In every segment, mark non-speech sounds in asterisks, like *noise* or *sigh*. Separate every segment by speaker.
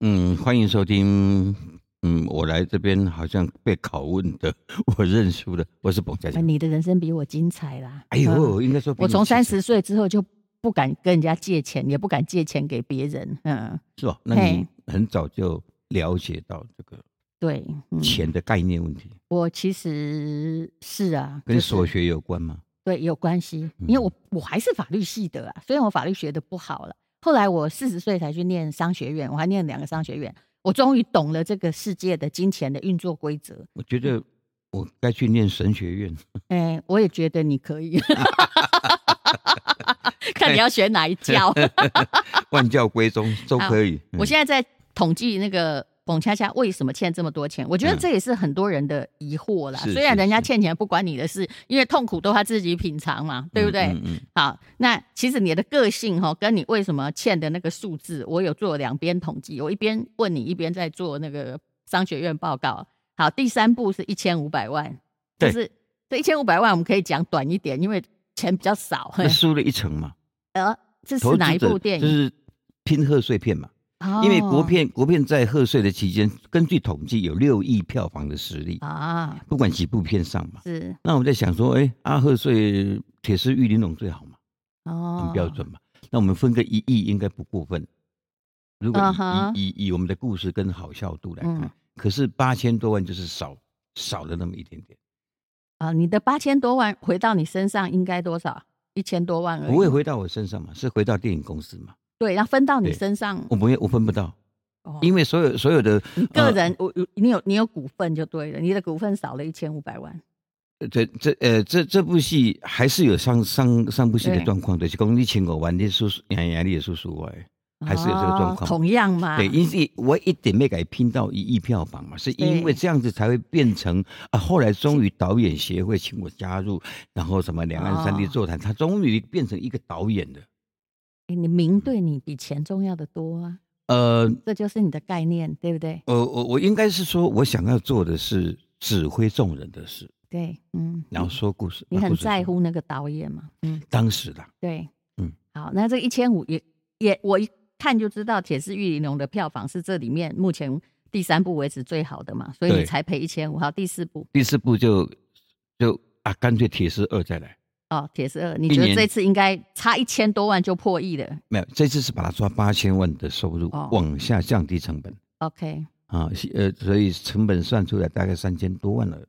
Speaker 1: 嗯，欢迎收听。嗯，我来这边好像被拷问的，我认输了。我是彭佳
Speaker 2: 哎
Speaker 1: 佳。
Speaker 2: 你的人生比我精彩啦！
Speaker 1: 哎
Speaker 2: 嗯，
Speaker 1: 呦，应该说比
Speaker 2: 我
Speaker 1: 你
Speaker 2: 从
Speaker 1: 轻
Speaker 2: 三十岁之后就不敢跟人家借钱，也不敢借钱给别人。嗯，
Speaker 1: 是吧？那你
Speaker 2: 嘿
Speaker 1: 很早就了解到这个
Speaker 2: 对，嗯、
Speaker 1: 钱的概念问题，
Speaker 2: 我其实是啊，
Speaker 1: 跟
Speaker 2: 就是
Speaker 1: 所学有嗯关吗？
Speaker 2: 对，有关系，因为我我还是法律系的啊，虽然我法律学的不好了，后来我四十岁才去念商学院，我还念两个商学院，我终于懂了这个世界的金钱的运作规则。
Speaker 1: 我觉得我该去念神学
Speaker 2: *laughs*
Speaker 1: 院。
Speaker 2: 哎，我也觉得你可以， *laughs* 看你要选哪一教。
Speaker 1: 万教归宗都可以。嗯
Speaker 2: 我现在在统计那个冯恰恰为什么欠这么多钱，我觉得
Speaker 1: 嗯
Speaker 2: 这也是很多人的疑惑啦。
Speaker 1: 是
Speaker 2: 虽然
Speaker 1: 是
Speaker 2: 人家
Speaker 1: 是
Speaker 2: 欠钱不关你的事，因为痛苦都他自己品尝嘛，对不对？
Speaker 1: 嗯嗯
Speaker 2: 好，那其实你的个性哈、跟你为什么欠的那个数字，我有做两边统计，我一边问你，一边在做那个商学院报告。好，第三步是一千五百万，
Speaker 1: 对
Speaker 2: 就是这一千五百万我们可以讲短一点，因为钱比较少。
Speaker 1: 那输了一层嘛。
Speaker 2: 呃，这
Speaker 1: 投
Speaker 2: 是
Speaker 1: 资
Speaker 2: 哪一
Speaker 1: 者
Speaker 2: 部电
Speaker 1: 就
Speaker 2: 影？哦
Speaker 1: 是拼贺岁片嘛。因为国片国片在贺岁的期间，根据统计有六亿票房的实力
Speaker 2: 哦，啊，
Speaker 1: 不管几部片上嘛。
Speaker 2: 是
Speaker 1: 那我们在想说，哎，阿贺岁铁丝玉玲珑最好嘛，
Speaker 2: 哦
Speaker 1: 很，标准嘛。那我们分个一亿应该不过分。如果
Speaker 2: 嗯哼
Speaker 1: 以以以以我们的故事跟好笑度来看，
Speaker 2: 嗯
Speaker 1: 可是八千多万就是少少了那么一点点，
Speaker 2: 啊！你的八千多万回到你身上应该多少？一千多万而已。
Speaker 1: 不会回到我身上嘛，是回到电影公司嘛。
Speaker 2: 对，然后分到你
Speaker 1: 对
Speaker 2: 身上，
Speaker 1: 我没有，我分不到，
Speaker 2: 嗯哦
Speaker 1: 因为所有所有的
Speaker 2: 你个
Speaker 1: 呃
Speaker 2: 人，我有你有你有股份就对了，你的股份少了一千五百万。
Speaker 1: 这这呃这这部戏还是有上上上部戏的
Speaker 2: 对
Speaker 1: 状况，就是讲你请我玩，你叔叔哎呀，你也叔叔哎，还是有这个状
Speaker 2: 哦
Speaker 1: 况。
Speaker 2: 同样嘛，
Speaker 1: 对，因为我一点没给拼到一亿票房嘛，是因为
Speaker 2: 对
Speaker 1: 这样子才会变成啊。后来终于导演协会请我加入，然后什么两岸三地
Speaker 2: 哦
Speaker 1: 座谈，他终于变成一个导演的。
Speaker 2: 诶你名对你比钱重要的多啊，
Speaker 1: 呃，
Speaker 2: 这就是你的概念，对不对？
Speaker 1: 我我我应该是说，我想要做的是指挥众人的事，
Speaker 2: 对，嗯，
Speaker 1: 然后说故事。
Speaker 2: 你
Speaker 1: 把
Speaker 2: 很
Speaker 1: 故事
Speaker 2: 在
Speaker 1: 说
Speaker 2: 乎那个导演嘛，嗯，
Speaker 1: 当时的，
Speaker 2: 对，
Speaker 1: 嗯，
Speaker 2: 好，那这一千五也也我一看就知道《铁丝玉玲珑》的票房是这里面目前第三部为止最好的嘛，所以
Speaker 1: 对
Speaker 2: 你才赔一千五。好，第四部
Speaker 1: 第四部就就啊，干脆铁丝二再来。
Speaker 2: 哦，《铁丝二》，你
Speaker 1: 一
Speaker 2: 觉得
Speaker 1: 年
Speaker 2: 这次应该差一千多万就破亿了
Speaker 1: 没有，这次是把它抓八千万的收入，
Speaker 2: 哦
Speaker 1: 往下降低成本
Speaker 2: ？OK，
Speaker 1: 啊，是呃，所以成本算出来大概三千多万了。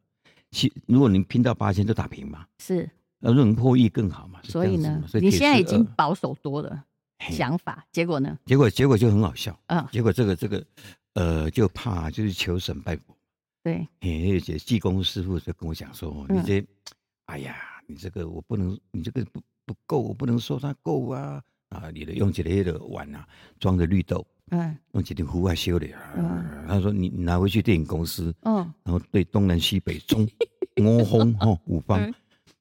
Speaker 1: 其如果您拼到八千就打平嘛，
Speaker 2: 是，
Speaker 1: 那如果能破亿更好嘛。是
Speaker 2: 所以
Speaker 1: 这样子
Speaker 2: 呢
Speaker 1: 嘛，所以
Speaker 2: 你现在已
Speaker 1: 铁丝
Speaker 2: 经
Speaker 1: 二
Speaker 2: 保守多了
Speaker 1: 嘿
Speaker 2: 想法，结果呢？
Speaker 1: 结果结果就很好笑，
Speaker 2: 嗯，
Speaker 1: 结果这个这个呃就怕就是求神拜佛，
Speaker 2: 对，
Speaker 1: 嘿，而且济公师傅就跟我讲说，
Speaker 2: 嗯
Speaker 1: 你这，哎呀，你这个我不能，你这个不不够，我不能说它够啊啊，你的用起来的碗啊，装着绿豆。
Speaker 2: 嗯
Speaker 1: 用几顶壶外修的。啊
Speaker 2: 嗯
Speaker 1: 他说你你拿回去电影公司，
Speaker 2: 嗯，
Speaker 1: 然后对东南西北
Speaker 2: *laughs*
Speaker 1: 中五方哈五方
Speaker 2: 嗯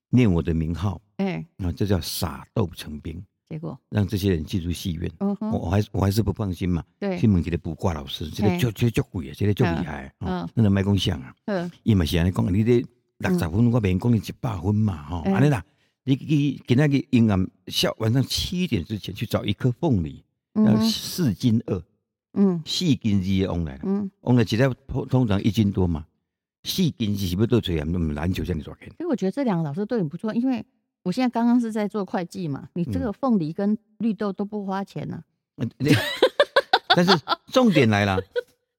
Speaker 1: 念我的名号
Speaker 2: 哎、
Speaker 1: 啊，这叫撒豆成兵，
Speaker 2: 结果，
Speaker 1: 让这些人进入戏院。
Speaker 2: 嗯哼
Speaker 1: 我，我还是我还是不放心嘛，
Speaker 2: 对
Speaker 1: 去，问一个卜卦老师，这个
Speaker 2: 嘿
Speaker 1: 就就就鬼啊，这个就厉害的，
Speaker 2: 嗯
Speaker 1: 哦那个卖讲像啊，
Speaker 2: 嗯，
Speaker 1: 伊嘛是安尼讲，你这六十分我免讲你一百分嘛吼，
Speaker 2: 嗯
Speaker 1: 安尼啦，你去今仔日阴暗下晚上七点之前去找一颗凤梨，要
Speaker 2: 嗯哼
Speaker 1: 四斤二，
Speaker 2: 嗯
Speaker 1: 四斤二的往来啦。
Speaker 2: 嗯，
Speaker 1: 往来一粒通通常一斤多嘛，四斤是要倒出来，嗯，篮球像你抓开，
Speaker 2: 哎所以我觉得这两个老师对你不错，因为我现在刚刚是在做会计嘛，你这个凤梨跟绿豆都不花钱呢、
Speaker 1: 嗯那
Speaker 2: *laughs*
Speaker 1: 但是重点来了，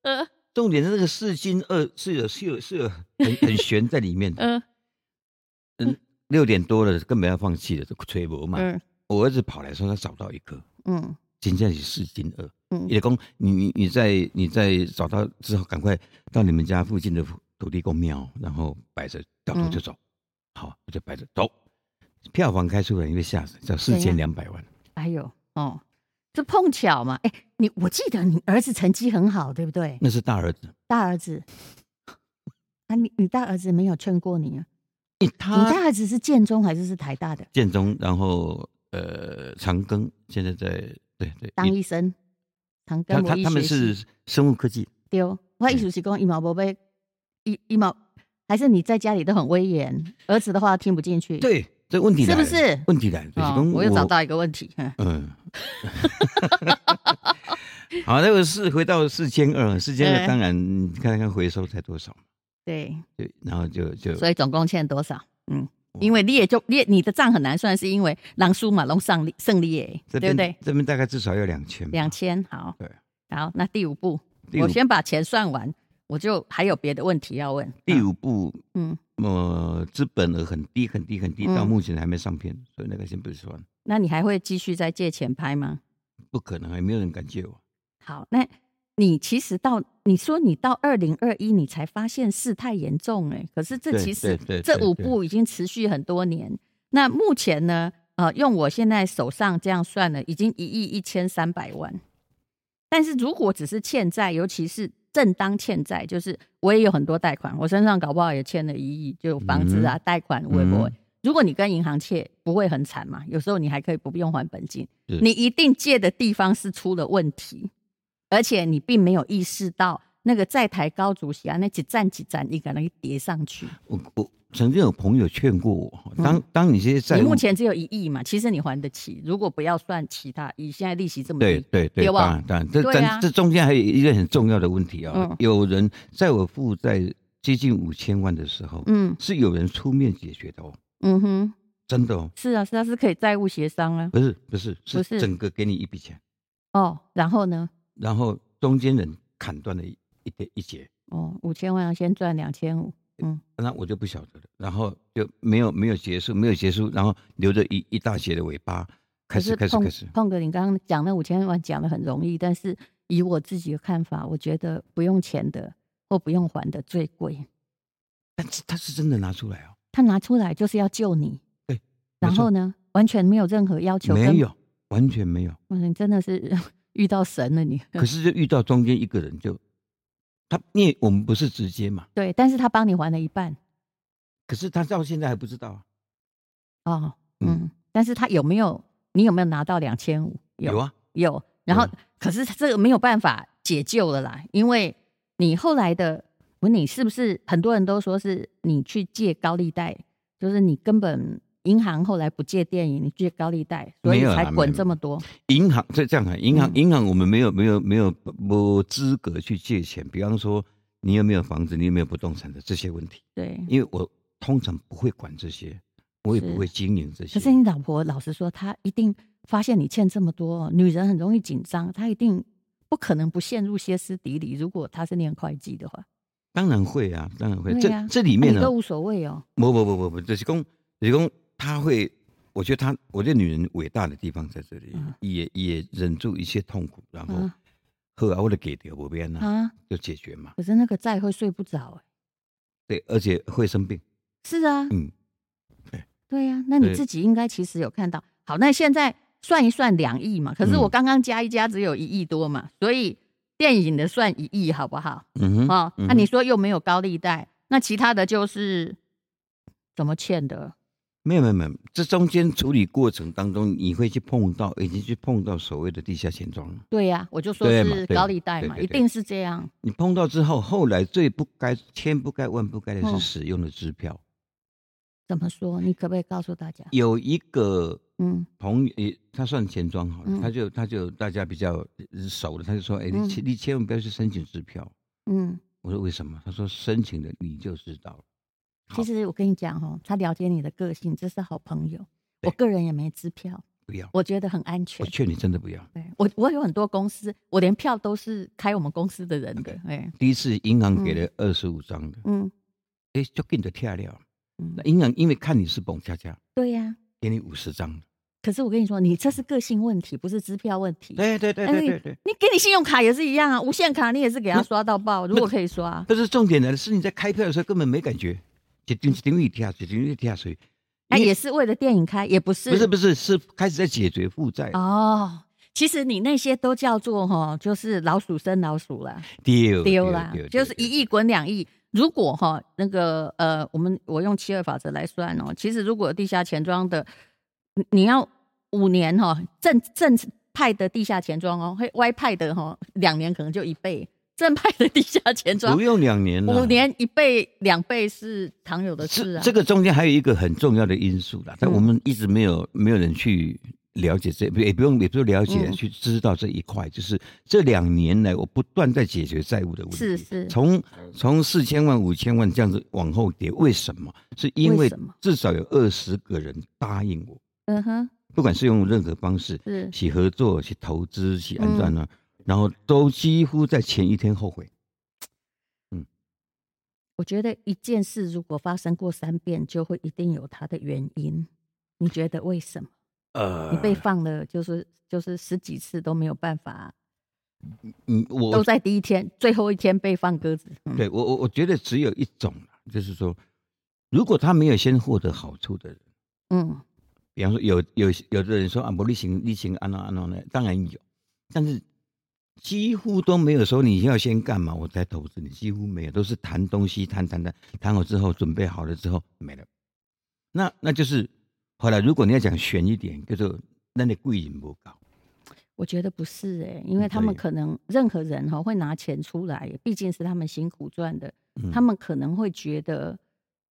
Speaker 2: 呃
Speaker 1: 重点是那个四斤二是有是有是有很很悬在里面的。
Speaker 2: *laughs* 嗯
Speaker 1: 六点多了，根本要放弃了，就吹牛嘛。
Speaker 2: 嗯
Speaker 1: 我儿子跑来说他找到一颗，
Speaker 2: 嗯
Speaker 1: 真正是四斤二。
Speaker 2: 嗯
Speaker 1: 也公，你你你在你在找到之后，赶快到你们家附近的土地公庙，然后摆着，掉头就
Speaker 2: 嗯
Speaker 1: 走。好，我就摆着走。票房开出来，因为吓死，叫四
Speaker 2: 怎
Speaker 1: 千
Speaker 2: 样
Speaker 1: 两百万。
Speaker 2: 哎呦哦，这碰巧嘛，哎、你我记得你儿子成绩很好，对不对？
Speaker 1: 那是大儿子，
Speaker 2: 大儿子，啊你你大儿子没有劝过你啊？
Speaker 1: 欸
Speaker 2: 你
Speaker 1: 他
Speaker 2: 大儿子是建中还是是台大的？
Speaker 1: 建中，然后呃长庚，现在在对对，
Speaker 2: 当
Speaker 1: 一
Speaker 2: 医生，长
Speaker 1: 他
Speaker 2: 庚
Speaker 1: 他
Speaker 2: 我医
Speaker 1: 他们
Speaker 2: 学系
Speaker 1: 是生物科技，
Speaker 2: 对哦，我意思是讲，伊嘛无要，伊伊嘛，还是你在家里都很威严，儿子的话听不进去。
Speaker 1: 对，这问题
Speaker 2: 是
Speaker 1: 来
Speaker 2: 不
Speaker 1: 了
Speaker 2: 是
Speaker 1: 问题来了？就是
Speaker 2: *laughs* 哦
Speaker 1: 说
Speaker 2: 我又找到一个问题，嗯
Speaker 1: 嗯， *laughs* 好，那个是回到四千二，四千
Speaker 2: 对
Speaker 1: 二当然你看看回收才多少嘛，
Speaker 2: 对，
Speaker 1: 对，然后就就
Speaker 2: 所以总共欠多少？嗯，因为列就列你的账很难算，是因为狼叔马龙上利胜利耶，
Speaker 1: 这边
Speaker 2: 对不对？
Speaker 1: 这边大概至少要两千，
Speaker 2: 两，千，好，
Speaker 1: 对，
Speaker 2: 好，那第五步，
Speaker 1: 第
Speaker 2: 我
Speaker 1: 五
Speaker 2: 先把钱算完，我就还有别的问题要问。
Speaker 1: 第
Speaker 2: 啊，
Speaker 1: 五步，
Speaker 2: 嗯，
Speaker 1: 呃，资本额很低很低很低，
Speaker 2: 嗯
Speaker 1: 到目前还没上片，所以那个先不算，
Speaker 2: 那你还会继续再借钱拍吗？
Speaker 1: 不可能，也没有人敢借我。
Speaker 2: 好，那你其实到你说你到二零二一，你才发现事态严重哎、可是这
Speaker 1: 对
Speaker 2: 其实
Speaker 1: 对对
Speaker 2: 这
Speaker 1: 对
Speaker 2: 五
Speaker 1: 对
Speaker 2: 步已经持续很多年。那目前呢，呃，用我现在手上这样算呢，已经一亿一千三百万。但是如果只是欠债，尤其是正当欠债，就是我也有很多贷款，我身上搞不好也欠了一亿，就房子
Speaker 1: 嗯
Speaker 2: 啊、贷款，我也不会。如果你跟银行借，不会很惨嘛？有时候你还可以不用还本金。
Speaker 1: 是
Speaker 2: 你一定借的地方是出了问题，而且你并没有意识到那个债台高筑下，那几站几站，你可能叠上去。
Speaker 1: 我我曾经有朋友劝过我，当当你这些债
Speaker 2: 嗯你
Speaker 1: 务
Speaker 2: 目，前只有一亿嘛，其实你还得起，如果不要算其他，以现在利息这么
Speaker 1: 对
Speaker 2: 低，
Speaker 1: 对对，
Speaker 2: 对吧
Speaker 1: 当然当然，这
Speaker 2: 对
Speaker 1: 但、
Speaker 2: 啊
Speaker 1: 这中间还有一个很重要的问题啊、
Speaker 2: 嗯
Speaker 1: 有人在我负债接近五千万的时候，
Speaker 2: 嗯
Speaker 1: 是有人出面解决的哦，
Speaker 2: 嗯哼，
Speaker 1: 真的哦，
Speaker 2: 是啊，是啊，是可以债务协商啊。
Speaker 1: 不是不是是
Speaker 2: 不是
Speaker 1: 整个给你一笔钱，
Speaker 2: 哦，然后呢？
Speaker 1: 然后中间人砍断了一一点一截，
Speaker 2: 哦，五千万要先赚两千五，嗯，
Speaker 1: 那我就不晓得了，然后就没有没有结束，没有结束，然后留着一一大截的尾巴，开始
Speaker 2: 可
Speaker 1: 开
Speaker 2: 是
Speaker 1: 始
Speaker 2: 碰
Speaker 1: 开始，
Speaker 2: 碰哥，你刚刚讲那五千万讲的很容易，但是以我自己的看法，我觉得不用钱的或不用还的最贵。
Speaker 1: 但是他是真的拿出来哦，
Speaker 2: 他拿出来就是要救你。
Speaker 1: 对，
Speaker 2: 然后呢，完全没有任何要求，
Speaker 1: 没
Speaker 2: 跟，
Speaker 1: 有完全没有。
Speaker 2: 哇，你真的是 *laughs* 遇到神了你。
Speaker 1: 可是就遇到中间一个人就，他因为我们不是直接嘛，
Speaker 2: 对，但是他帮你还了一半
Speaker 1: 可是他到现在还不知道啊。
Speaker 2: 哦，嗯
Speaker 1: 嗯
Speaker 2: 但是他有没有，你有没有拿到两千五？
Speaker 1: 有啊，
Speaker 2: 有，然后、
Speaker 1: 有
Speaker 2: 可是这个没有办法解救了啦，因为你后来的，我你是不是很多人都说是你去借高利贷，就是你根本银行后来不借电影，你借高利贷，所以
Speaker 1: 没有啦
Speaker 2: 才
Speaker 1: 没有
Speaker 2: 滚
Speaker 1: 没有
Speaker 2: 这么多。
Speaker 1: 银行这这样看，银行
Speaker 2: 嗯
Speaker 1: 银行我们没有没有没有不资格去借钱。比方说，你有没有房子，你有没有不动产的这些问题，
Speaker 2: 对，
Speaker 1: 因为我通常不会管这些，我也
Speaker 2: 嗯是
Speaker 1: 不会经营这些
Speaker 2: 可。是你老婆，老实说，她一定发现你欠这么多，哦女人很容易紧张，她一定不可能不陷入歇斯底里。如果她是念会计的话，
Speaker 1: 当然会啊，当然会。
Speaker 2: 对啊
Speaker 1: 这这里
Speaker 2: 那
Speaker 1: 面
Speaker 2: 你
Speaker 1: 呢
Speaker 2: 都，无所谓哦。
Speaker 1: 不不不不不，就是公就是公，他会，我觉得他，我觉得女人伟大的地方在这里，
Speaker 2: 嗯
Speaker 1: 也也忍住一切痛苦，然后
Speaker 2: 嗯
Speaker 1: 后来为了给掉不变啊，
Speaker 2: 啊，
Speaker 1: 就解决嘛。
Speaker 2: 可是那个债会睡不着、欸，
Speaker 1: 对，而且会生病。
Speaker 2: 是啊，
Speaker 1: 嗯，
Speaker 2: 对呀、那你
Speaker 1: 对
Speaker 2: 自己应该其实有看到。好，那现在算一算两亿嘛，可是我
Speaker 1: 嗯
Speaker 2: 刚刚加一加只有一亿多嘛，所以电影的算一亿好不好？
Speaker 1: 嗯哼，
Speaker 2: 哦，那、
Speaker 1: 嗯
Speaker 2: 你说又没有高利贷，那其他的就是怎么欠的？
Speaker 1: 没有没有没有，这中间处理过程当中，你会去碰到，已经去碰到所谓的地下钱庄了。
Speaker 2: 对呀、我就说
Speaker 1: 对嘛
Speaker 2: 是
Speaker 1: 对
Speaker 2: 高利贷
Speaker 1: 对
Speaker 2: 嘛，
Speaker 1: 对
Speaker 2: 一
Speaker 1: 对
Speaker 2: 定是这样。
Speaker 1: 你碰到之后，后来最不该、千不该、万不该的
Speaker 2: 哦
Speaker 1: 是使用的支票。
Speaker 2: 怎么说？你可不可以告诉大家？
Speaker 1: 有一个
Speaker 2: 嗯
Speaker 1: 朋友，诶他算钱庄好了，
Speaker 2: 嗯
Speaker 1: 他就他就大家比较熟的，他就说：“哎，
Speaker 2: 嗯
Speaker 1: 你千你千万不要去申请支票。
Speaker 2: 嗯，”
Speaker 1: 我说：“为什么？”他说：“申请了你就知道了。好
Speaker 2: 其实我跟你讲哦，他了解你的个性，这是好朋友。
Speaker 1: 对
Speaker 2: 我个人也没支票，
Speaker 1: 不要，
Speaker 2: 我觉得很安全
Speaker 1: 我。劝你真的不要。
Speaker 2: 对我，我有很多公司，我连票都是开我们公司的人的。哎，
Speaker 1: 第一次银行给了二十五张的，
Speaker 2: 嗯
Speaker 1: 哎、就给你的跳了。
Speaker 2: 嗯
Speaker 1: 那，银行因为看你是蹦恰恰，
Speaker 2: 对呀、
Speaker 1: 给你五十张。
Speaker 2: 可是我跟你说，你这是个性问题，不是支票问题。
Speaker 1: 对对对
Speaker 2: 但是
Speaker 1: 对
Speaker 2: 你
Speaker 1: 对对。
Speaker 2: 你给你信用卡也是一样啊，无限卡你也是给他刷到爆，如果可以刷。
Speaker 1: 但是重点来了，是你在开票的时候根本没感觉，一丁一丁一跳，一丁一跳，所以
Speaker 2: 哎，
Speaker 1: 因为
Speaker 2: 也是为了电影开，也不是
Speaker 1: 不是不是是开始在解决负债。
Speaker 2: 哦，其实你那些都叫做哈，就是老鼠生老鼠啦，
Speaker 1: 丢
Speaker 2: 丢啦，就是一
Speaker 1: 亿。
Speaker 2: 亿滚两亿。如果哈那个呃，我们我用七二法则来算哦，其实如果地下钱庄的，你你要五年哈正正派的地下钱庄哦，会歪派的哈两年可能就一倍，正派的地下钱庄
Speaker 1: 不用两年了，
Speaker 2: 五年一倍两倍是常有的事
Speaker 1: 这
Speaker 2: 啊。
Speaker 1: 这个中间还有一个很重要的因素啦，但
Speaker 2: 嗯
Speaker 1: 我们一直没有没有人去了解这，也不用也不用了解，
Speaker 2: 嗯
Speaker 1: 去知道这一块，就是这两年来我不断在解决债务的问题。
Speaker 2: 是是
Speaker 1: 从从四千万、五千万这样子往后跌，为什么？是因
Speaker 2: 为
Speaker 1: 为
Speaker 2: 什么
Speaker 1: 至少有二十个人答应我，
Speaker 2: 嗯哼，
Speaker 1: 不管是用任何方式，
Speaker 2: 是
Speaker 1: 去合作、去投资、去
Speaker 2: 嗯
Speaker 1: 安装呢，然后都几乎在前一天后悔。
Speaker 2: 我觉得一件事如果发生过三遍，就会一定有它的原因。你觉得为什么？
Speaker 1: 呃
Speaker 2: 你被放了，就是就是十几次都没有办法，
Speaker 1: 嗯，我
Speaker 2: 都在第一天、最后一天被放鸽子。嗯，
Speaker 1: 对我我我觉得只有一种啦，就是说，如果他没有先获得好处的人，
Speaker 2: 嗯，
Speaker 1: 比方说有有有的人说啊，我例行例行安诺安诺呢，当然有，但是几乎都没有说你要先干嘛我才投资你，几乎没有，都是谈东西谈谈谈谈好之后准备好了之后没了，那那就是后来如果你要讲悬一点，就是那你贵人不高。
Speaker 2: 我觉得不是哎、因为
Speaker 1: 嗯
Speaker 2: 他们
Speaker 1: 对
Speaker 2: 可能任何人哈会拿钱出来，毕竟是他们辛苦赚的，
Speaker 1: 嗯
Speaker 2: 他们可能会觉得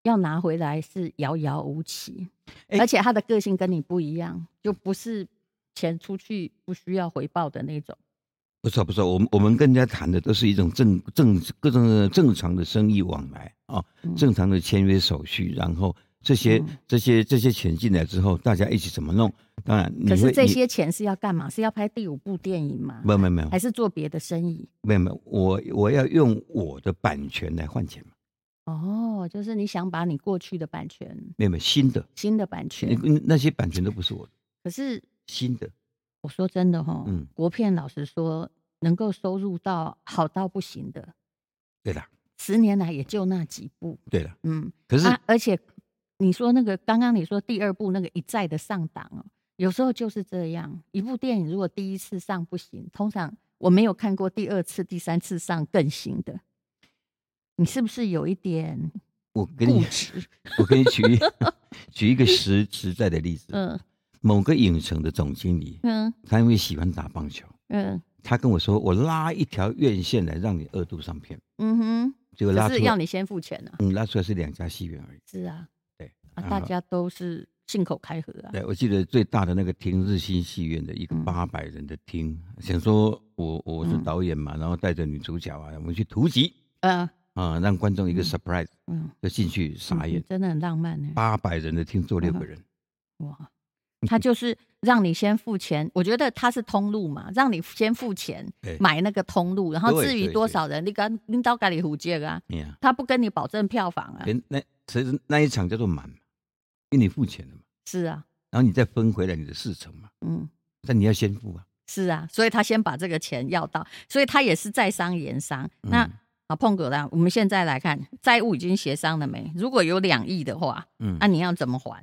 Speaker 2: 要拿回来是遥遥无期，
Speaker 1: 哎
Speaker 2: 而且他的个性跟你不一样，就不是钱出去不需要回报的那种。
Speaker 1: 不错不错，我们我们跟人家谈的都是一种正正各种正常的生意往来啊、
Speaker 2: 嗯
Speaker 1: 正常的签约手续，然后这些、
Speaker 2: 嗯
Speaker 1: 这些这些钱进来之后，大家一起怎么弄？当然你
Speaker 2: 可
Speaker 1: 会，
Speaker 2: 是这
Speaker 1: 你
Speaker 2: 些钱是要干嘛？是要拍第五部电影吗？
Speaker 1: 没有没有没有
Speaker 2: 还是做别的生意？
Speaker 1: 没有没有，我我要用我的版权来换钱嘛，
Speaker 2: 哦，就是你想把你过去的版权、
Speaker 1: 没有没有新的，
Speaker 2: 新的版权，
Speaker 1: 嗯那些版权都不是我的，
Speaker 2: 可是
Speaker 1: 新的
Speaker 2: 我说真的哈，
Speaker 1: 嗯
Speaker 2: 国片老实说，能够收入到好到不行的，
Speaker 1: 对啦
Speaker 2: 十年来也就那几部，
Speaker 1: 对啦，
Speaker 2: 嗯，
Speaker 1: 可是、
Speaker 2: 啊，而且你说那个刚刚你说第二部那个一再的上档哦，有时候就是这样，一部电影如果第一次上不行，通常我没有看过第二次、第三次上更行的，你是不是有一点
Speaker 1: 我给
Speaker 2: 固
Speaker 1: 你
Speaker 2: 执？
Speaker 1: *laughs* 我给你举一举一个实实在的例子，
Speaker 2: 嗯
Speaker 1: 某个影城的总经理，
Speaker 2: 嗯
Speaker 1: 他因为喜欢打棒球。
Speaker 2: 嗯
Speaker 1: 他跟我说，我拉一条院线来让你二度上片，
Speaker 2: 嗯哼，
Speaker 1: 结果拉
Speaker 2: 可
Speaker 1: 出
Speaker 2: 是
Speaker 1: 来
Speaker 2: 要，你先付钱啊，
Speaker 1: 嗯，拉出来是两家戏院而已。
Speaker 2: 是啊，
Speaker 1: 对，
Speaker 2: 啊，
Speaker 1: 然
Speaker 2: 大
Speaker 1: 后
Speaker 2: 家都是信口开河啊，
Speaker 1: 对，我记得最大的那个庭日新戏院的一个
Speaker 2: 嗯
Speaker 1: 八百人的厅，想说我我是导演嘛，然后带着女主角啊，我们去突击
Speaker 2: 嗯
Speaker 1: 啊，让观众一个 surprise，
Speaker 2: 嗯。
Speaker 1: 就进去傻
Speaker 2: 嗯
Speaker 1: 眼，啊
Speaker 2: 真的很浪漫呢、
Speaker 1: 八百人的厅坐六个人，
Speaker 2: 哇，
Speaker 1: 嗯
Speaker 2: 他就是让你先付钱，我觉得他是通路嘛，让你先付钱
Speaker 1: 对
Speaker 2: 买那个通路，然后
Speaker 1: 对
Speaker 2: 至于
Speaker 1: 对
Speaker 2: 多
Speaker 1: 对
Speaker 2: 少人，你跟你到咖喱虎借啊，
Speaker 1: 哎呀，
Speaker 2: 他不跟你保证票房啊，
Speaker 1: 连那其实那一场叫做满嘛，因为你付钱了嘛，
Speaker 2: 是啊，
Speaker 1: 然后你再分回来你的四成嘛，
Speaker 2: 嗯。
Speaker 1: 但你要先付啊，
Speaker 2: 是啊，所以他先把这个钱要到，所以他也是在商言商。那
Speaker 1: 嗯
Speaker 2: 啊，碰哥啦，我们现在来看债务已经协商了没？如果有两亿的话，
Speaker 1: 嗯
Speaker 2: 那、，你要怎么还？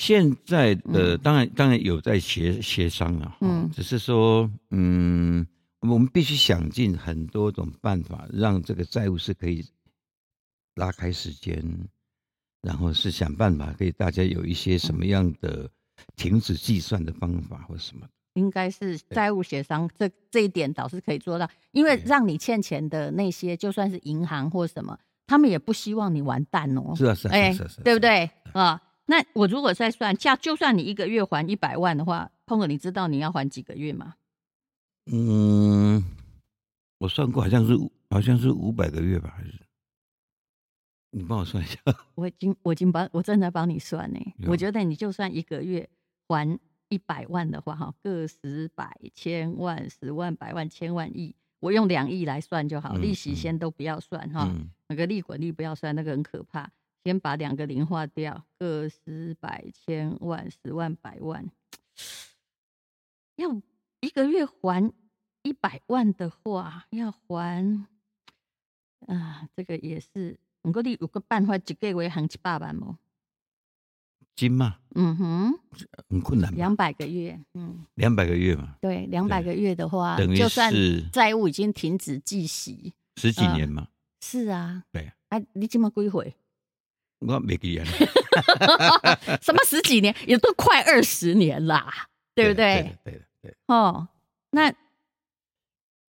Speaker 1: 现在的
Speaker 2: 嗯
Speaker 1: 当然当然有在协协商了，嗯
Speaker 2: 嗯，
Speaker 1: 只是说，嗯，我们必须想尽很多种办法，让这个债务是可以拉开时间，然后是想办法给大家有一些什么样的停止计算的方法或什么。
Speaker 2: 应该是债务协商，这这一点倒是可以做到，因为
Speaker 1: 对
Speaker 2: 让你欠钱的那些，就算是银行或什么，他们也不希望你完蛋哦。
Speaker 1: 是啊，是啊，
Speaker 2: 哎、
Speaker 1: 是啊，是啊，
Speaker 2: 对不？对啊？那我如果再算价，就算你一个月还一百万的话，碰哥，你知道你要还几个月吗？
Speaker 1: 嗯，我算过，好像是五好像是五百个月吧，还是？你帮我算一下。
Speaker 2: 我已经我已经帮我正在帮你算呢。
Speaker 1: 有
Speaker 2: 我觉得你就算一个月还一百万的话，哈，个十百千万十万百万千万亿，我用两亿来算就好，
Speaker 1: 嗯
Speaker 2: 利息
Speaker 1: 嗯
Speaker 2: 先都不要算哈。
Speaker 1: 嗯，
Speaker 2: 那个利滚利不要算，那个很可怕。先把两个零划掉，个十百千万十万百万，要一个月还一百万的话，要还啊，这个也是。不过你有个办法，一个月还一百万哦。
Speaker 1: 金嘛
Speaker 2: 嗯哼，
Speaker 1: 很困难嘛，
Speaker 2: 两百个月，嗯，
Speaker 1: 两百个月嘛。
Speaker 2: 对，两百个月的话，
Speaker 1: 等于
Speaker 2: 就算嗯
Speaker 1: 是
Speaker 2: 债务已经停止计息，
Speaker 1: 十几年嘛，
Speaker 2: 是啊，
Speaker 1: 对，
Speaker 2: 啊，你这么归回？
Speaker 1: 我没记啊，
Speaker 2: *laughs* 什么十几年，也都快二十年啦， *laughs* 对不
Speaker 1: 的？
Speaker 2: 对？
Speaker 1: 对的，对的。
Speaker 2: 哦，那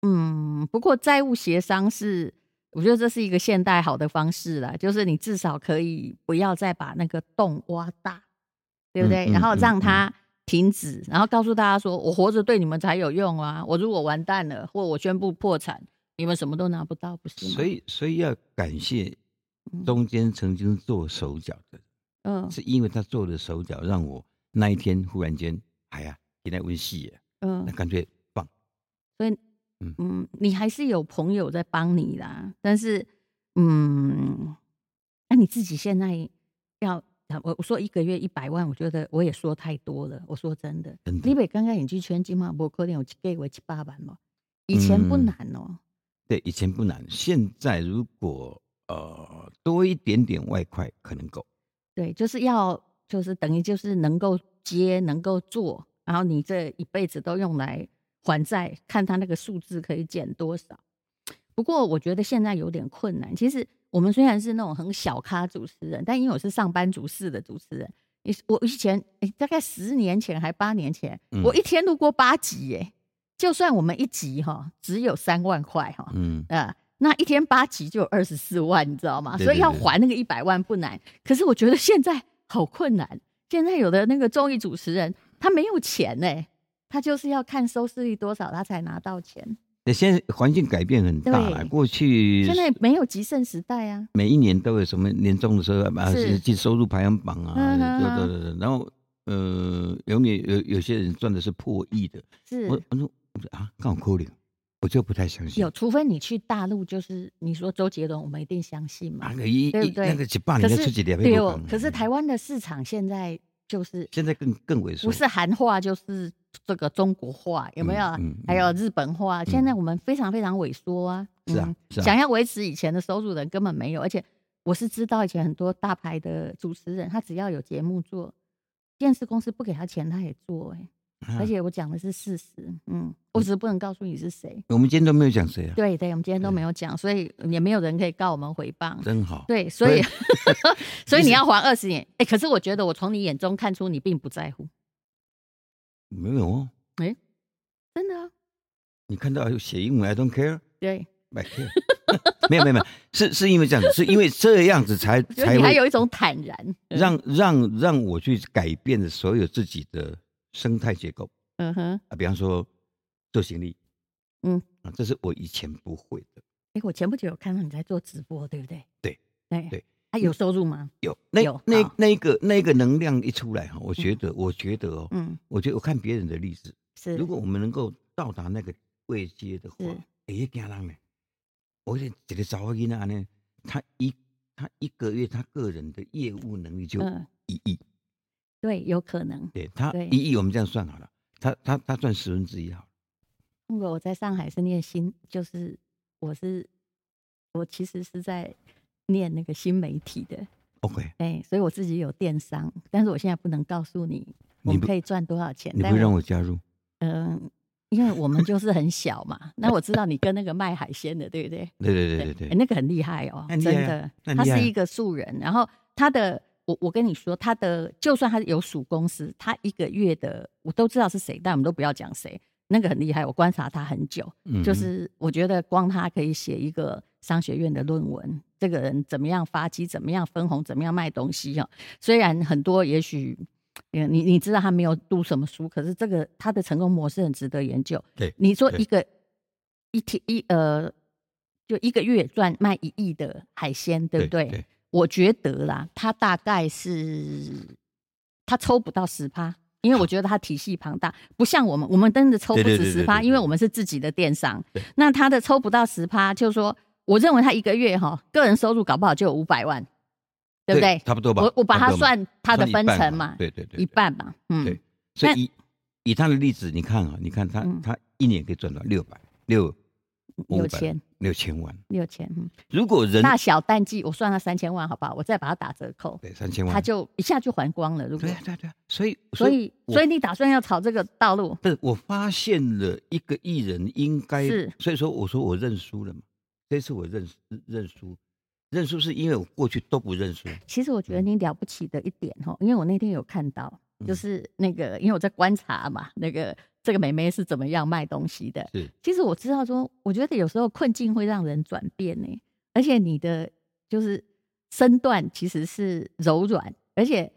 Speaker 2: 嗯，不过债务协商是，我觉得这是一个现代好的方式啦，就是你至少可以不要再把那个洞挖大，对不对？
Speaker 1: 嗯嗯
Speaker 2: 然后
Speaker 1: 嗯
Speaker 2: 让它停止，然后告诉大家说，我活着对你们才有用啊！我如果完蛋了，或我宣布破产，你们什么都拿不到，不是吗？
Speaker 1: 所以所以要感谢中间曾经做手脚的，
Speaker 2: 嗯
Speaker 1: 是因为他做的手脚让我那一天忽然间，哎呀，你来温戏耶，
Speaker 2: 嗯
Speaker 1: 那，干脆放。
Speaker 2: 所以
Speaker 1: 嗯
Speaker 2: 嗯，你还是有朋友在帮你啦，但是嗯，那、你自己现在要。呃我我说一个月一百万，我觉得我也说太多了。我说真的，
Speaker 1: 真的
Speaker 2: 你北刚刚你去圈金嘛，不可能有给我七八万嘛，以前不
Speaker 1: 嗯
Speaker 2: 难哦、
Speaker 1: 对，以前不难，现在如果呃多一点点外快可能够。
Speaker 2: 对，就是要就是等于就是能够接，能够做，然后你这一辈子都用来还债，看他那个数字可以减多少。不过我觉得现在有点困难。其实我们虽然是那种很小咖主持人，但因为我是上班族式的主持人，你我以前、诶大概十年前还八年前，
Speaker 1: 嗯
Speaker 2: 我一天录过八集耶、就算我们一集哈只有三万块哈，
Speaker 1: 嗯，
Speaker 2: 呃，那一天八集就有二十四万，你知道吗？
Speaker 1: 对
Speaker 2: 所以
Speaker 1: 对
Speaker 2: 要
Speaker 1: 对
Speaker 2: 还那个一百万不难，可是我觉得现在好困难。现在有的那个综艺主持人，他没有钱呢、他就是要看收视率多少，他才拿到钱。
Speaker 1: 那嗯现在环境改变很大了，
Speaker 2: 对
Speaker 1: 过去
Speaker 2: 现在没有极盛时代啊，
Speaker 1: 每一年都有什么年终的时候啊，
Speaker 2: 是
Speaker 1: 是进收入排行榜
Speaker 2: 嗯哼
Speaker 1: 啊，对
Speaker 2: 哼
Speaker 1: 对对对，然后呃，永远有有些人赚的是破亿的，
Speaker 2: 是
Speaker 1: 我我说我说啊，刚好扣零，我就不太相信
Speaker 2: 有，除非你去大陆，就是你说周杰伦，我们一定相信嘛
Speaker 1: 啊那。个一一
Speaker 2: 对不对
Speaker 1: 啊那个几百
Speaker 2: 可
Speaker 1: 年才
Speaker 2: 是
Speaker 1: 出几两
Speaker 2: 对哦，可是台湾的市场现在就是
Speaker 1: 现在更更萎缩，
Speaker 2: 不是韩话就是这个中国话，有没有？
Speaker 1: 嗯嗯嗯
Speaker 2: 还有日本话，现在我们非常非常萎缩啊。
Speaker 1: 是啊
Speaker 2: 嗯
Speaker 1: 是啊
Speaker 2: 想要维持以前的收入的人根本没有，而且我是知道以前很多大牌的主持人，他只要有节目做，电视公司不给他钱他也做、哎、
Speaker 1: 啊，
Speaker 2: 而且我讲的是事实，嗯，我只是不能告诉你是谁。
Speaker 1: 我们今天都没有讲谁啊，
Speaker 2: 对对，我们今天都没有讲，所以也没有人可以告我们诽谤。
Speaker 1: 真好，
Speaker 2: 对，所以 *laughs* 所以
Speaker 1: 其 *laughs* 实
Speaker 2: 你要还二十年，哎、可是我觉得我从你眼中看出你并不在乎，
Speaker 1: 没有哦，
Speaker 2: 真的啊、
Speaker 1: 你看到有写英文，I don't care。
Speaker 2: 对。
Speaker 1: 没有， *laughs* 没有，没有，是是因为这样子，是因为这样子才
Speaker 2: 就
Speaker 1: 才
Speaker 2: 你还
Speaker 1: 会
Speaker 2: 有一种坦然，
Speaker 1: 让让让我去改变的所有自己的生态结构
Speaker 2: 嗯哼，
Speaker 1: 啊，比方说做行李，
Speaker 2: 嗯
Speaker 1: 啊，这是我以前不会的。
Speaker 2: 哎、我前不久有看到你在做直播，对不对？
Speaker 1: 对
Speaker 2: 对
Speaker 1: 对，嗯
Speaker 2: 啊，有收入吗？
Speaker 1: 有那
Speaker 2: 有
Speaker 1: 那
Speaker 2: 好
Speaker 1: 那一个那一个能量一出来哈，我觉得我觉得哦，
Speaker 2: 嗯，
Speaker 1: 我觉得我看别人的例子，
Speaker 2: 是。
Speaker 1: 如果我们能够到达那个位阶的话
Speaker 2: 是，
Speaker 1: 哎，也惊人呢。我这一个早囡仔呢，他一他一个月他个人的业务能力就
Speaker 2: 嗯，
Speaker 1: 一亿。
Speaker 2: 对，有可能。
Speaker 1: 对他
Speaker 2: 对
Speaker 1: 一亿，我们这样算好了，他他他赚十分之一好了。
Speaker 2: 如果我在上海是念新，就是我是我其实是在念那个新媒体的，
Speaker 1: OK，
Speaker 2: 哎、所以我自己有电商，但是我现在不能告诉你我
Speaker 1: 你
Speaker 2: 们
Speaker 1: 不
Speaker 2: 可以赚多少钱。
Speaker 1: 你不
Speaker 2: 但
Speaker 1: 会让我加入？
Speaker 2: 嗯。因为我们就是很小嘛， *laughs* 那我知道你跟那个卖海鲜的，对不对？
Speaker 1: 对对对对
Speaker 2: 欸
Speaker 1: 对，
Speaker 2: 那个很厉害哦，
Speaker 1: 很厉害
Speaker 2: 真
Speaker 1: 啊
Speaker 2: 的，
Speaker 1: 那很
Speaker 2: 他
Speaker 1: 厉害
Speaker 2: 是
Speaker 1: 啊
Speaker 2: 一个素人，然后他的。我我跟你说，他的就算他有属公司，他一个月的我都知道是谁，但我们都不要讲谁。那个很厉害，我观察他很久，
Speaker 1: 嗯
Speaker 2: 就
Speaker 1: 哼
Speaker 2: 是我觉得光他可以写一个商学院的论文，这个人怎么样发迹，怎么样分红，怎么样卖东西哦。虽然很多也许，呃你你知道他没有读什么书，可是这个他的成功模式很值得研究。
Speaker 1: 对
Speaker 2: 你说
Speaker 1: 对
Speaker 2: 一个一天一呃，就一个月赚卖一亿的海鲜，对不对？
Speaker 1: 对，
Speaker 2: 我觉得啦，他大概是他抽不到十趴，因为我觉得他体系庞大，不像我们，我们真的抽不
Speaker 1: 对对
Speaker 2: 止
Speaker 1: 对
Speaker 2: 十
Speaker 1: 对
Speaker 2: 趴，
Speaker 1: 对
Speaker 2: 因为我们是自己的电商
Speaker 1: 对。
Speaker 2: 那他的抽不到十趴，就是说，我认为他一个月哈，个人收入搞不好就有五百万，对不对？
Speaker 1: 差不多吧。
Speaker 2: 我我把
Speaker 1: 差
Speaker 2: 它
Speaker 1: 不多嘛
Speaker 2: 算他的
Speaker 1: 算一
Speaker 2: 分
Speaker 1: 半
Speaker 2: 成嘛，
Speaker 1: 对对对，
Speaker 2: 一
Speaker 1: 对。
Speaker 2: 半嘛，嗯
Speaker 1: 对，所
Speaker 2: 那
Speaker 1: 以以以他的例子，你看啊，你看他
Speaker 2: 嗯
Speaker 1: 他一年可以赚到六百六
Speaker 2: 有钱
Speaker 1: 六千万，
Speaker 2: 六千，嗯
Speaker 1: 如果人
Speaker 2: 大小淡季我算他三千万，好不好？我再把它打折扣，
Speaker 1: 对三千万，
Speaker 2: 他就一下就还光了。如果
Speaker 1: 对啊对啊对啊，所以
Speaker 2: 所以
Speaker 1: 我
Speaker 2: 所以你打算要朝这个道路？
Speaker 1: 不是，我发现了一个艺人应该
Speaker 2: 是，
Speaker 1: 所以说我说我认输了嘛。这次我认认输，认输是因为我过去都不认输。
Speaker 2: 其实我觉得你了不起的一点哈，因为我那天有看到，就
Speaker 1: 嗯
Speaker 2: 是那个，因为我在观察嘛，那个这个美眉是怎么样卖东西的。
Speaker 1: 是，
Speaker 2: 其实我知道说，我觉得有时候困境会让人转变呢、而且你的就是身段其实是柔软，而且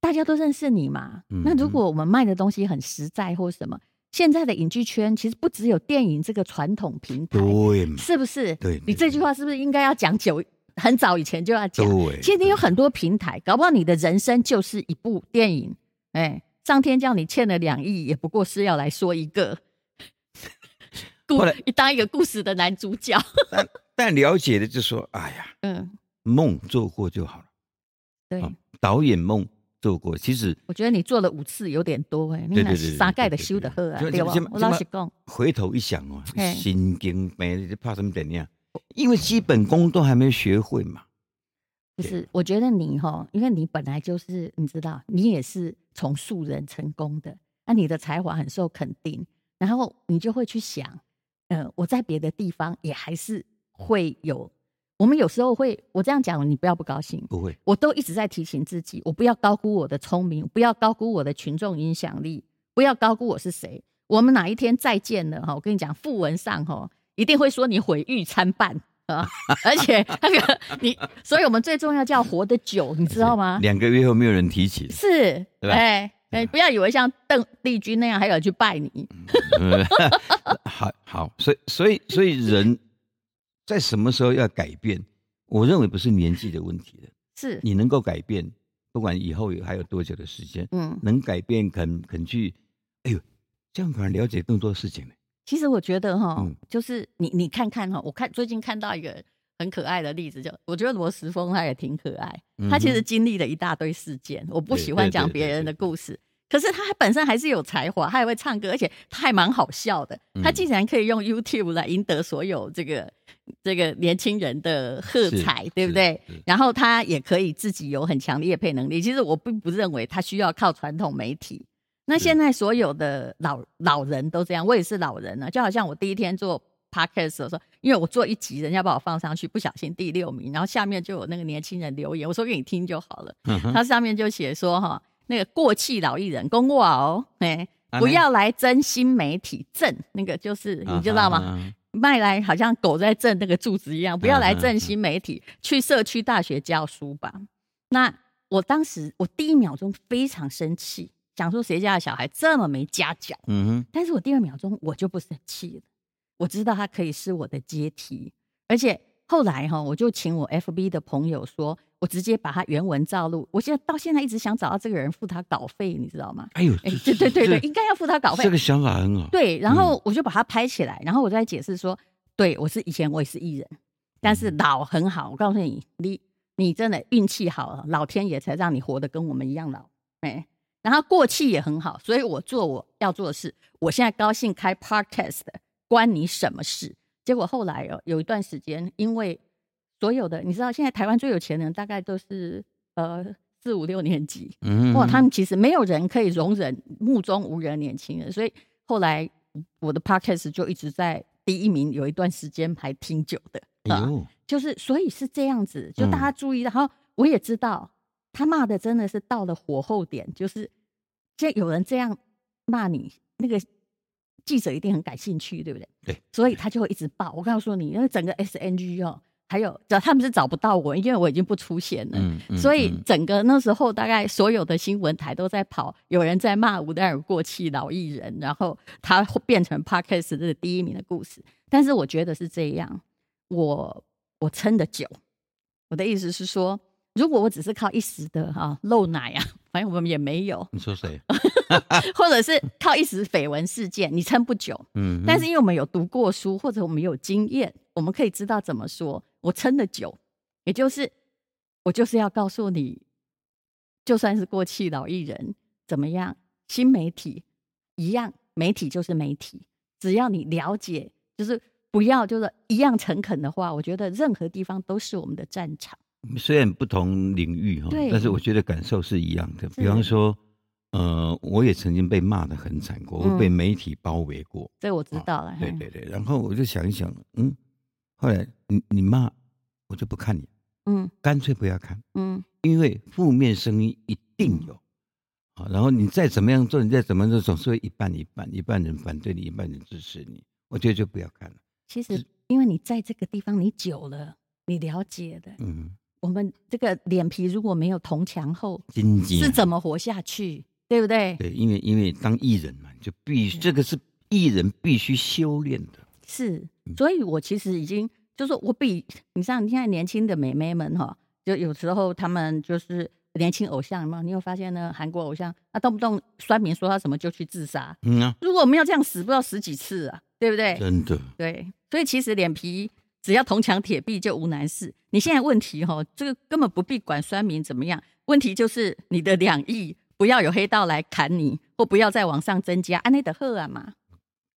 Speaker 2: 大家都认识你嘛。
Speaker 1: 嗯
Speaker 2: 那如果我们卖的东西很实在或什么，现在的影剧圈其实不只有电影这个传统平台，
Speaker 1: 对嘛，
Speaker 2: 是不是？
Speaker 1: 对
Speaker 2: 你这句话是不是应该要讲久？很早以前就要讲。
Speaker 1: 对，
Speaker 2: 其实你有很多平台，搞不好你的人生就是一部电影。哎、上天叫你欠了两亿，也不过是要来说
Speaker 1: *laughs*
Speaker 2: 一个故
Speaker 1: 后来，
Speaker 2: 你当一个故事的男主
Speaker 1: *laughs*
Speaker 2: 角。
Speaker 1: 但但了解的就说，哎呀，
Speaker 2: 嗯，
Speaker 1: 梦做过就好了。
Speaker 2: 对，
Speaker 1: 啊导演梦做过，其实
Speaker 2: 我觉得你做了五次有点多哎、你
Speaker 1: 对
Speaker 2: 那
Speaker 1: 对对对
Speaker 2: 啥盖
Speaker 1: 对
Speaker 2: 的
Speaker 1: 对
Speaker 2: 修的喝啊，
Speaker 1: 就
Speaker 2: 对吧
Speaker 1: 这么？
Speaker 2: 我
Speaker 1: 这
Speaker 2: 老
Speaker 1: 么
Speaker 2: 实讲，
Speaker 1: 回头一想哦
Speaker 2: 嘿，哦
Speaker 1: 神经病，你怕什么怎样？因为基本功都还没学会嘛。
Speaker 2: 就是我觉得你哈，因为你本来就是你知道，你也是从素人成功的，那、你的才华很受肯定，然后你就会去想，呃，我在别的地方也还是会有。我们有时候会，我这样讲你不要不高兴，
Speaker 1: 不会，
Speaker 2: 我都一直在提醒自己，我不要高估我的聪明，不要高估我的群众影响力，不要高估我是谁。我们哪一天再见了哈，我跟你讲，讣文上哈一定会说你毁誉参半啊，而且那个你，所以我们最重要叫活得久，你知道哦吗？，
Speaker 1: 两个月后没有人提起 *laughs*
Speaker 2: 是，
Speaker 1: 对吧
Speaker 2: 哎哎，不要以为像邓丽君那样还有人去拜你，
Speaker 1: 嗯 *laughs* 好好，所以所以所以人在什么时候要改变？我认为不是年纪的问题的，
Speaker 2: 是，
Speaker 1: 你能够改变，不管以后有还有多久的时间，
Speaker 2: 嗯，
Speaker 1: 能改变肯肯去，哎呦，这样反而了解更多事情呢。
Speaker 2: 其实我觉得哈，
Speaker 1: 嗯
Speaker 2: 就是你你看看哈，我看最近看到一个很可爱的例子，就我觉得罗时峰他也挺可爱，
Speaker 1: 嗯哼
Speaker 2: 他其实经历了一大堆事件，我不喜欢讲别人的故事。可是他本身还是有才华，他也会唱歌，而且他还蛮好笑的。
Speaker 1: 嗯
Speaker 2: 他竟然可以用 YouTube 来赢得所有这个这个年轻人的喝彩
Speaker 1: 是，
Speaker 2: 对不对
Speaker 1: 是是？
Speaker 2: 然后他也可以自己有很强的业配能力。其实我并不认为他需要靠传统媒体。那
Speaker 1: 是
Speaker 2: 现在所有的老老人都这样，我也是老人了、啊就好像我第一天做 podcast 的时候，因为我做一集，人家把我放上去，不小心第六名，然后下面就有那个年轻人留言，我说给你听就好了。
Speaker 1: 嗯哼
Speaker 2: 它上面就写说哈，那个过气老艺人公话哦，哎、
Speaker 1: 啊
Speaker 2: 不
Speaker 1: 那
Speaker 2: 要来争新媒体挣，那个就是你知道吗？
Speaker 1: 啊啊
Speaker 2: 卖来好像狗在挣那个柱子一样，不要来挣新媒体，去社区大学教书吧。那我当时我第一秒钟非常生气，想说谁家的小孩这么没家教。
Speaker 1: 嗯哼。
Speaker 2: 但是我第二秒钟我就不生气了，我知道他可以是我的阶梯，而且后来哈，我就请我 FB 的朋友说，我直接把他原文照录。我现在到现在一直想找到这个人付他稿费，你知道吗？
Speaker 1: 哎呦，
Speaker 2: 哎
Speaker 1: 这
Speaker 2: 对对
Speaker 1: *laughs*
Speaker 2: 对对，
Speaker 1: 这
Speaker 2: 应该要付他稿费
Speaker 1: 这。个想法很好。
Speaker 2: 对，然后我就把它拍起来，然后我再解释说，对我是以前我也是艺人，但是老很好，我告诉你，你你真的运气好了，老天爷才让你活得跟我们一样老，哎，然后过气也很好，所以我做我要做的事，我现在高兴开 podcast，关你什么事？结果后来哦，有一段时间，因为所有的你知道，现在台湾最有钱的人大概都是呃四五六年级，
Speaker 1: 嗯
Speaker 2: 哇，他们其实没有人可以容忍目中无人的年轻人，所以后来我的 podcast 就一直在第一名，有一段时间还挺久的。
Speaker 1: 哎
Speaker 2: 啊，
Speaker 1: 呦，
Speaker 2: 就是所以是这样子，就大家注意，然后我也知道他骂的真的是到了火候点，就是这有人这样骂你，那个记者一定很感兴趣，对不对？
Speaker 1: 对，
Speaker 2: 所以他就会一直报。我告诉你，那整个 SNG 哦，还有找他们是找不到我，因为我已经不出现了。
Speaker 1: 嗯，嗯
Speaker 2: 所以
Speaker 1: 嗯
Speaker 2: 整个那时候，大概所有的新闻台都在跑，有人在骂吴丹尔过气老艺人，然后他变成 podcast 的第一名的故事。但是我觉得是这样，我我撑得久。我的意思是说，如果我只是靠一时的啊露奶啊，反正我们也没有，
Speaker 1: 你嗯说谁？
Speaker 2: 或者是靠一时绯闻事件，你撑不久。
Speaker 1: 嗯，
Speaker 2: 但是因为我们有读过书，或者我们有经验，我们可以知道怎么说。我撑得久，也就是我就是要告诉你，就算是过气老艺人怎么样，新媒体一样，媒体就是媒体，只要你了解，就是不要就是一样诚恳的话，我觉得任何地方都是我们的战场。
Speaker 1: 嗯虽然不同领域哈
Speaker 2: 对，
Speaker 1: 但是我觉得感受是一样的。比方说，呃，我也曾经被骂的很惨过，
Speaker 2: 嗯
Speaker 1: 我被媒体包围过。
Speaker 2: 这我知道了，
Speaker 1: 啊
Speaker 2: 嗯
Speaker 1: 对
Speaker 2: 嘿
Speaker 1: 对对，然后我就想一想，嗯，后来你你骂我就不看你，
Speaker 2: 嗯
Speaker 1: 干脆不要看，
Speaker 2: 嗯
Speaker 1: 因为负面声音一定有。啊，然后你再怎么样做，你再怎么做，总是会一半一半，一半人反对你，一半人支持你。我觉得就不要看了。
Speaker 2: 其实因为你在这个地方你久了，你了解的，
Speaker 1: 嗯，
Speaker 2: 我们这个脸皮如果没有铜墙厚，
Speaker 1: 经济
Speaker 2: 是怎
Speaker 1: 么？
Speaker 2: 么活下去？对不对？
Speaker 1: 啊对，因为因为当艺人嘛，就必须这个是艺人必须修炼的。
Speaker 2: 是
Speaker 1: 嗯，
Speaker 2: 所以我其实已经就是我比你像现在年轻的美眉们哈，就有时候她们就是年轻偶像嘛，你有发现呢？韩国偶像那动不动酸民说他什么就去自杀，
Speaker 1: 嗯啊，
Speaker 2: 如果没有这样死，不知道十几次啊，对不对？
Speaker 1: 真的，
Speaker 2: 对，所以其实脸皮只要铜墙铁壁就无难事。你现在问题哈，这个根本不必管酸民怎么样，问题就是你的两亿不要有黑道来砍你，或不要再往上增加，安内的赫啊嘛。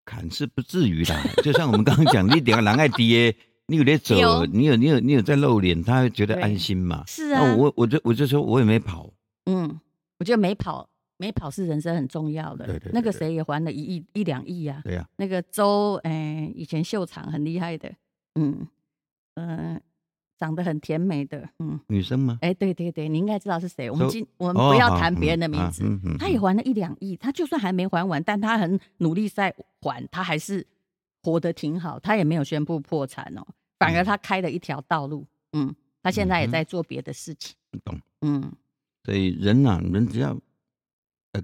Speaker 1: 砍是不至于啦。就像我们刚刚讲，你两个人爱爹， *laughs* 你有在走，
Speaker 2: 有
Speaker 1: 你有你有你有在露脸，他会觉得
Speaker 2: 对
Speaker 1: 安心嘛。
Speaker 2: 是啊，
Speaker 1: 那我我就我就说我也没跑，
Speaker 2: 嗯，我觉得没跑没跑是人生很重要的。
Speaker 1: 对对对
Speaker 2: 那个
Speaker 1: 对
Speaker 2: 谁也还了一亿一两亿啊，
Speaker 1: 对呀、
Speaker 2: 那个周哎、以前秀场很厉害的，嗯嗯、呃长得很甜美的，嗯。
Speaker 1: 女生吗？
Speaker 2: 哎，对对对，你应该知道是谁。我们
Speaker 1: 周
Speaker 2: 今我们
Speaker 1: 哦
Speaker 2: 不要
Speaker 1: 好
Speaker 2: 谈别人的
Speaker 1: 嗯
Speaker 2: 名
Speaker 1: 啊
Speaker 2: 字，
Speaker 1: 嗯嗯
Speaker 2: 他也还了一两亿，他就算还没还完，但他很努力在还，他还是活得挺好，他也没有宣布破产哦，反而
Speaker 1: 嗯
Speaker 2: 他开了一条道路，嗯，他现在也
Speaker 1: 嗯哼
Speaker 2: 在做别的事情，
Speaker 1: 懂。
Speaker 2: 嗯
Speaker 1: 所以人呐、人只要呃，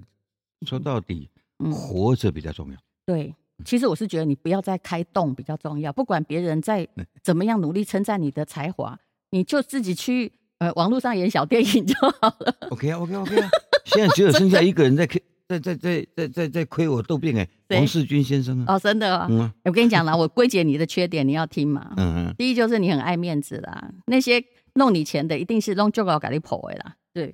Speaker 1: 说到底，
Speaker 2: 嗯，
Speaker 1: 活着比较重要。
Speaker 2: 对。其实我是觉得你不要再开动比较重要，不管别人再
Speaker 1: 嗯
Speaker 2: 怎么样努力称赞你的才华，你就自己去呃网络上演小电影就好了。
Speaker 1: OK 啊，OK 啊 OK 啊， *laughs* 现在只有剩下一个人在在在在在在在亏我豆病哎、
Speaker 2: 谁
Speaker 1: 王世军先生啊，
Speaker 2: 哦，真的、哦，
Speaker 1: 嗯啊
Speaker 2: 我跟你讲啦，我归结你的缺点，你要听嘛。
Speaker 1: 嗯嗯，
Speaker 2: 第一就是你很爱面子啦，那些弄你钱的一定是弄就搞给你跑的啦，对，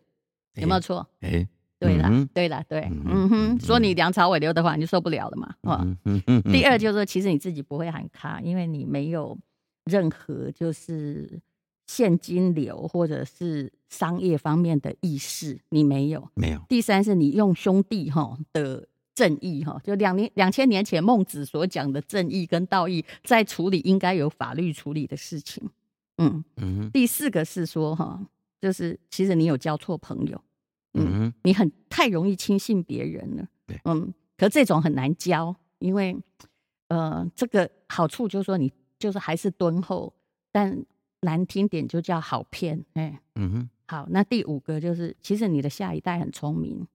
Speaker 2: 有没有错？
Speaker 1: 哎？哎，
Speaker 2: 对啦，
Speaker 1: 嗯哼
Speaker 2: 对啦，对，
Speaker 1: 嗯
Speaker 2: 嗯
Speaker 1: 哼
Speaker 2: 哼，
Speaker 1: 嗯哼
Speaker 2: 说你梁朝伟、刘德华你就受不了了嘛，哦。
Speaker 1: 嗯嗯嗯嗯
Speaker 2: 第二就是说，其实你自己不会喊卡，因为你没有任何就是现金流或者是商业方面的意识，你没有。
Speaker 1: 没有，
Speaker 2: 第三是你用兄弟哈的正义哈，就两年两千年前孟子所讲的正义跟道义，在处理应该有法律处理的事情。嗯，
Speaker 1: 嗯哼
Speaker 2: 第四个是说哈，就是其实你有交错朋友，
Speaker 1: 嗯哼
Speaker 2: 你很太容易轻信别人了
Speaker 1: 对。
Speaker 2: 嗯，可这种很难教，因为呃，这个好处就是说你就是还是敦厚，但难听点就叫好骗，哎、
Speaker 1: 嗯哼，
Speaker 2: 好，那第五个就是，其实你的下一代很聪明，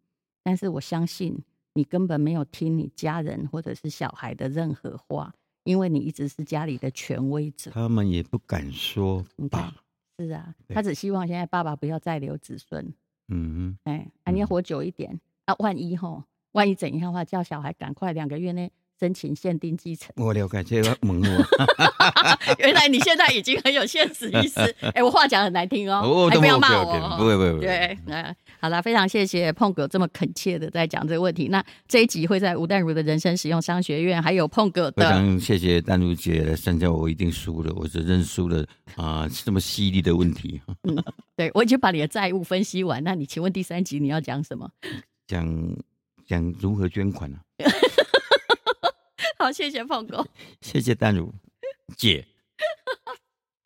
Speaker 2: 但是我相信你根本没有听你家人或者是小孩的任何话，因为你一直是家里的权威者。
Speaker 1: 他们也不敢说
Speaker 2: 你看
Speaker 1: 吧，
Speaker 2: 是啊，
Speaker 1: 对
Speaker 2: 他只希望现在爸爸不要再留子孙，
Speaker 1: 嗯
Speaker 2: 哎，啊，你要
Speaker 1: 嗯
Speaker 2: 活久一点啊，万一吼，万一怎样的话，叫小孩赶快两个月内申请限定继承。 *laughs*
Speaker 1: 哼，我了解这个 *laughs* 猛我，
Speaker 2: 原来你现在已经很有现实
Speaker 1: *laughs*
Speaker 2: 意识，哎、我话讲很难听哦，
Speaker 1: 哦
Speaker 2: 还
Speaker 1: 都
Speaker 2: 不要
Speaker 1: OK，
Speaker 2: 骂
Speaker 1: OK，
Speaker 2: 我、哦，
Speaker 1: 不会不会不会
Speaker 2: 对，嗯，好啦，非常谢谢碰哥这么恳切的在讲这个问题。那这一集会在吴淡如的人生实用商学院，还有碰哥
Speaker 1: 非
Speaker 2: 的，
Speaker 1: 常谢谢丹如姐，现在我一定输了，我只认输了啊，这么犀利的问题，
Speaker 2: 对我已经把你的债务分析完。那你请问第三集你要讲什么？ *laughs*
Speaker 1: 讲讲如何捐款啊，
Speaker 2: 好，谢谢碰哥。
Speaker 1: 谢谢丹如姐。